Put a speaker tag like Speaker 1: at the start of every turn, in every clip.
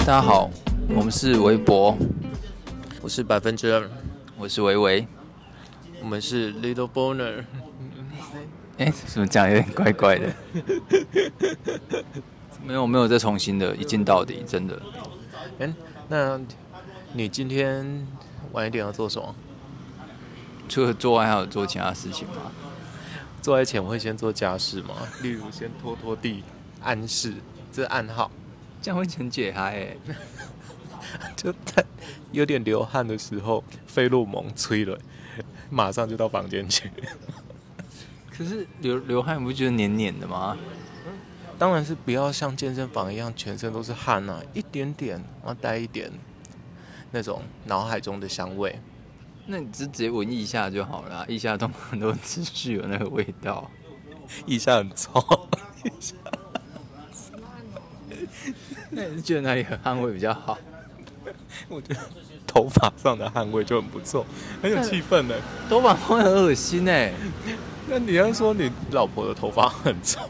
Speaker 1: 大家好，我们是微博，
Speaker 2: 我是百分之二，
Speaker 1: 我是维维。
Speaker 2: 我们是 Little Boner，
Speaker 1: 哎、怎么讲有点怪怪的？没有没有，再重新的，一镜到底，真的。
Speaker 2: 哎，那你今天晚一点要做什么？
Speaker 1: 除了做爱，还有做其他事情吗？
Speaker 2: 做爱前我会先做家事吗？例如先拖拖地、暗示，这是暗号，
Speaker 1: 这样会很解嗨哎、
Speaker 2: 就在有点流汗的时候，费洛蒙催了，马上就到房间去。
Speaker 1: 可是流流汗不觉得黏黏的吗？
Speaker 2: 当然是不要像健身房一样全身都是汗啊，一点点，然后带一点那种脑海中的香 味。
Speaker 1: 那你就直接闻一下就好了啊，一下都很多秩序有那个味道。
Speaker 2: 腋下很臭，
Speaker 1: 那你是觉得哪里很汗味比较好？
Speaker 2: 我觉得 头发上的汗味就很不错，很有气氛的。
Speaker 1: 头发会很恶心哎、
Speaker 2: 那你要说你老婆的头发很臭，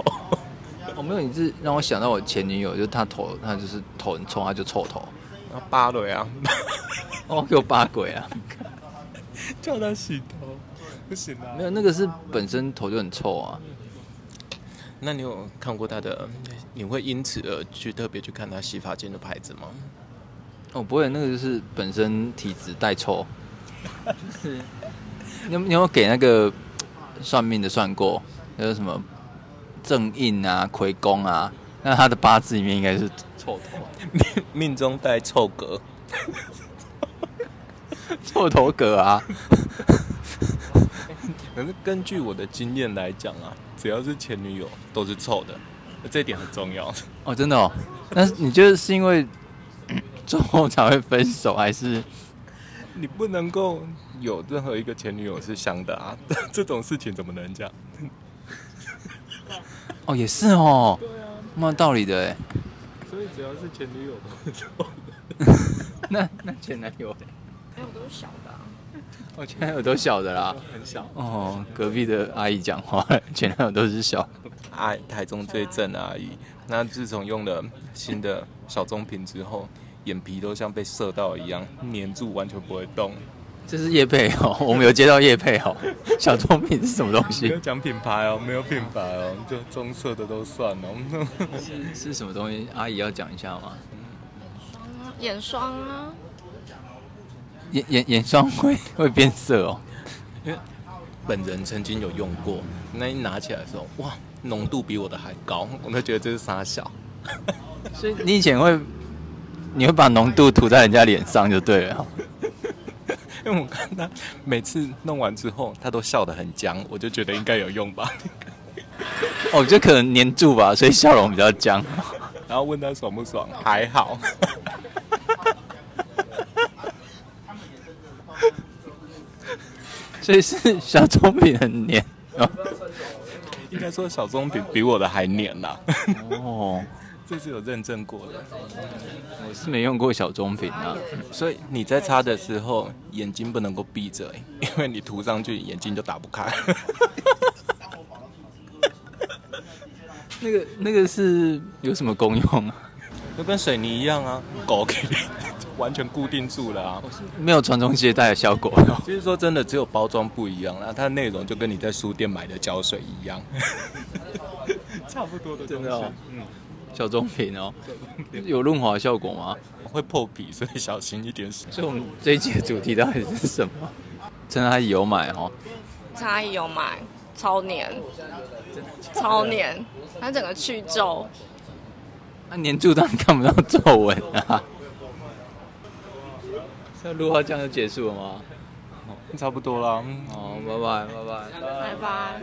Speaker 1: 哦，没有，你是让我想到我前女友，就是她头，她就是头很臭，她就臭头，
Speaker 2: 然后芭蕾啊，
Speaker 1: 哦，给我八鬼啊！
Speaker 2: 叫她洗头，不行啊
Speaker 1: 没。有，那个是本身头就很臭啊。
Speaker 2: 那你有看过她的？你会因此而去特别去看她洗发精的牌子吗？
Speaker 1: 哦，不会，那个就是本身体质带臭。你有你有没有给那个算命的算过，那个什么正印啊、魁宫啊，那他的八字里面应该是臭头， 啊
Speaker 2: 命中带臭格，
Speaker 1: 臭头格啊。
Speaker 2: 可是根据我的经验来讲啊，只要是前女友都是臭的，这一点很重要。
Speaker 1: 哦，真的哦。那你觉得是因为 之后才会分手，还是
Speaker 2: 你不能够有任何一个前女友是香的啊， 这种事情怎么能讲？
Speaker 1: 哦也是哦，蛮有道理的哎。
Speaker 2: 所以只要是前女友都是臭的。
Speaker 1: 那那前男友，
Speaker 3: 没有，都是小的、啊。
Speaker 1: 我前男友都小的啦。
Speaker 2: 很小。
Speaker 1: 哦，隔壁的阿姨讲话， 前男友都是小。
Speaker 2: 阿啊台中最正的阿姨，那自从用了新的小棕瓶之后，眼皮都像被射到一样，粘住完全不会动。
Speaker 1: 这是叶配哦， 我们有接到叶配哦。小棕瓶是什么东
Speaker 2: 没有
Speaker 1: 西？
Speaker 2: 讲品牌哦，没有品牌哦，就棕色的都算哦。
Speaker 1: 是是什么东西？阿姨要讲一下吗？
Speaker 3: 眼霜啊，
Speaker 1: 眼眼眼霜会会变色哦。
Speaker 2: 本人曾经有用过，那一拿起来的时候，哇，浓度比我的还高，我都觉得这是傻小。
Speaker 1: 所以你以前会，你会把浓度涂在人家脸上就对了哦、
Speaker 2: 因为我看他每次弄完之后，他都笑得很僵，我就觉得应该有用吧。
Speaker 1: 哦，就可能黏住吧，所以笑容比较僵。
Speaker 2: 然后问他爽不爽，还好。
Speaker 1: 所以是小棕瓶很黏。
Speaker 2: 应该说小棕比比我的还黏啦、
Speaker 1: 哦，
Speaker 2: 这是有认证过的。
Speaker 1: 我是没用过小棕瓶啊。
Speaker 2: 所以你在擦的时候，眼睛不能够闭着、欸因为你涂上去眼睛就打不开。
Speaker 1: 那个那个是有什么功用啊？
Speaker 2: 就跟水泥一样啊，狗给你完全固定住了啊。
Speaker 1: 没有传宗接代的效果。
Speaker 2: 其实说真的，只有包装不一样啦，啊它的内容就跟你在书店买的胶水一样， 差不多的
Speaker 1: 真的哦，小棕瓶哦，有润滑效果吗？
Speaker 2: 会破皮，所以小心一点使
Speaker 1: 所以我们这一期的主题到底是什么？真的还有买哦，
Speaker 3: 差异有买，超黏，超黏，它整个去皱，
Speaker 1: 那粘住当然看不到皱纹啊。 那录到这样就结束了吗？
Speaker 2: 差不多啦。嗯
Speaker 1: 哦，拜拜，拜拜。
Speaker 3: 拜拜。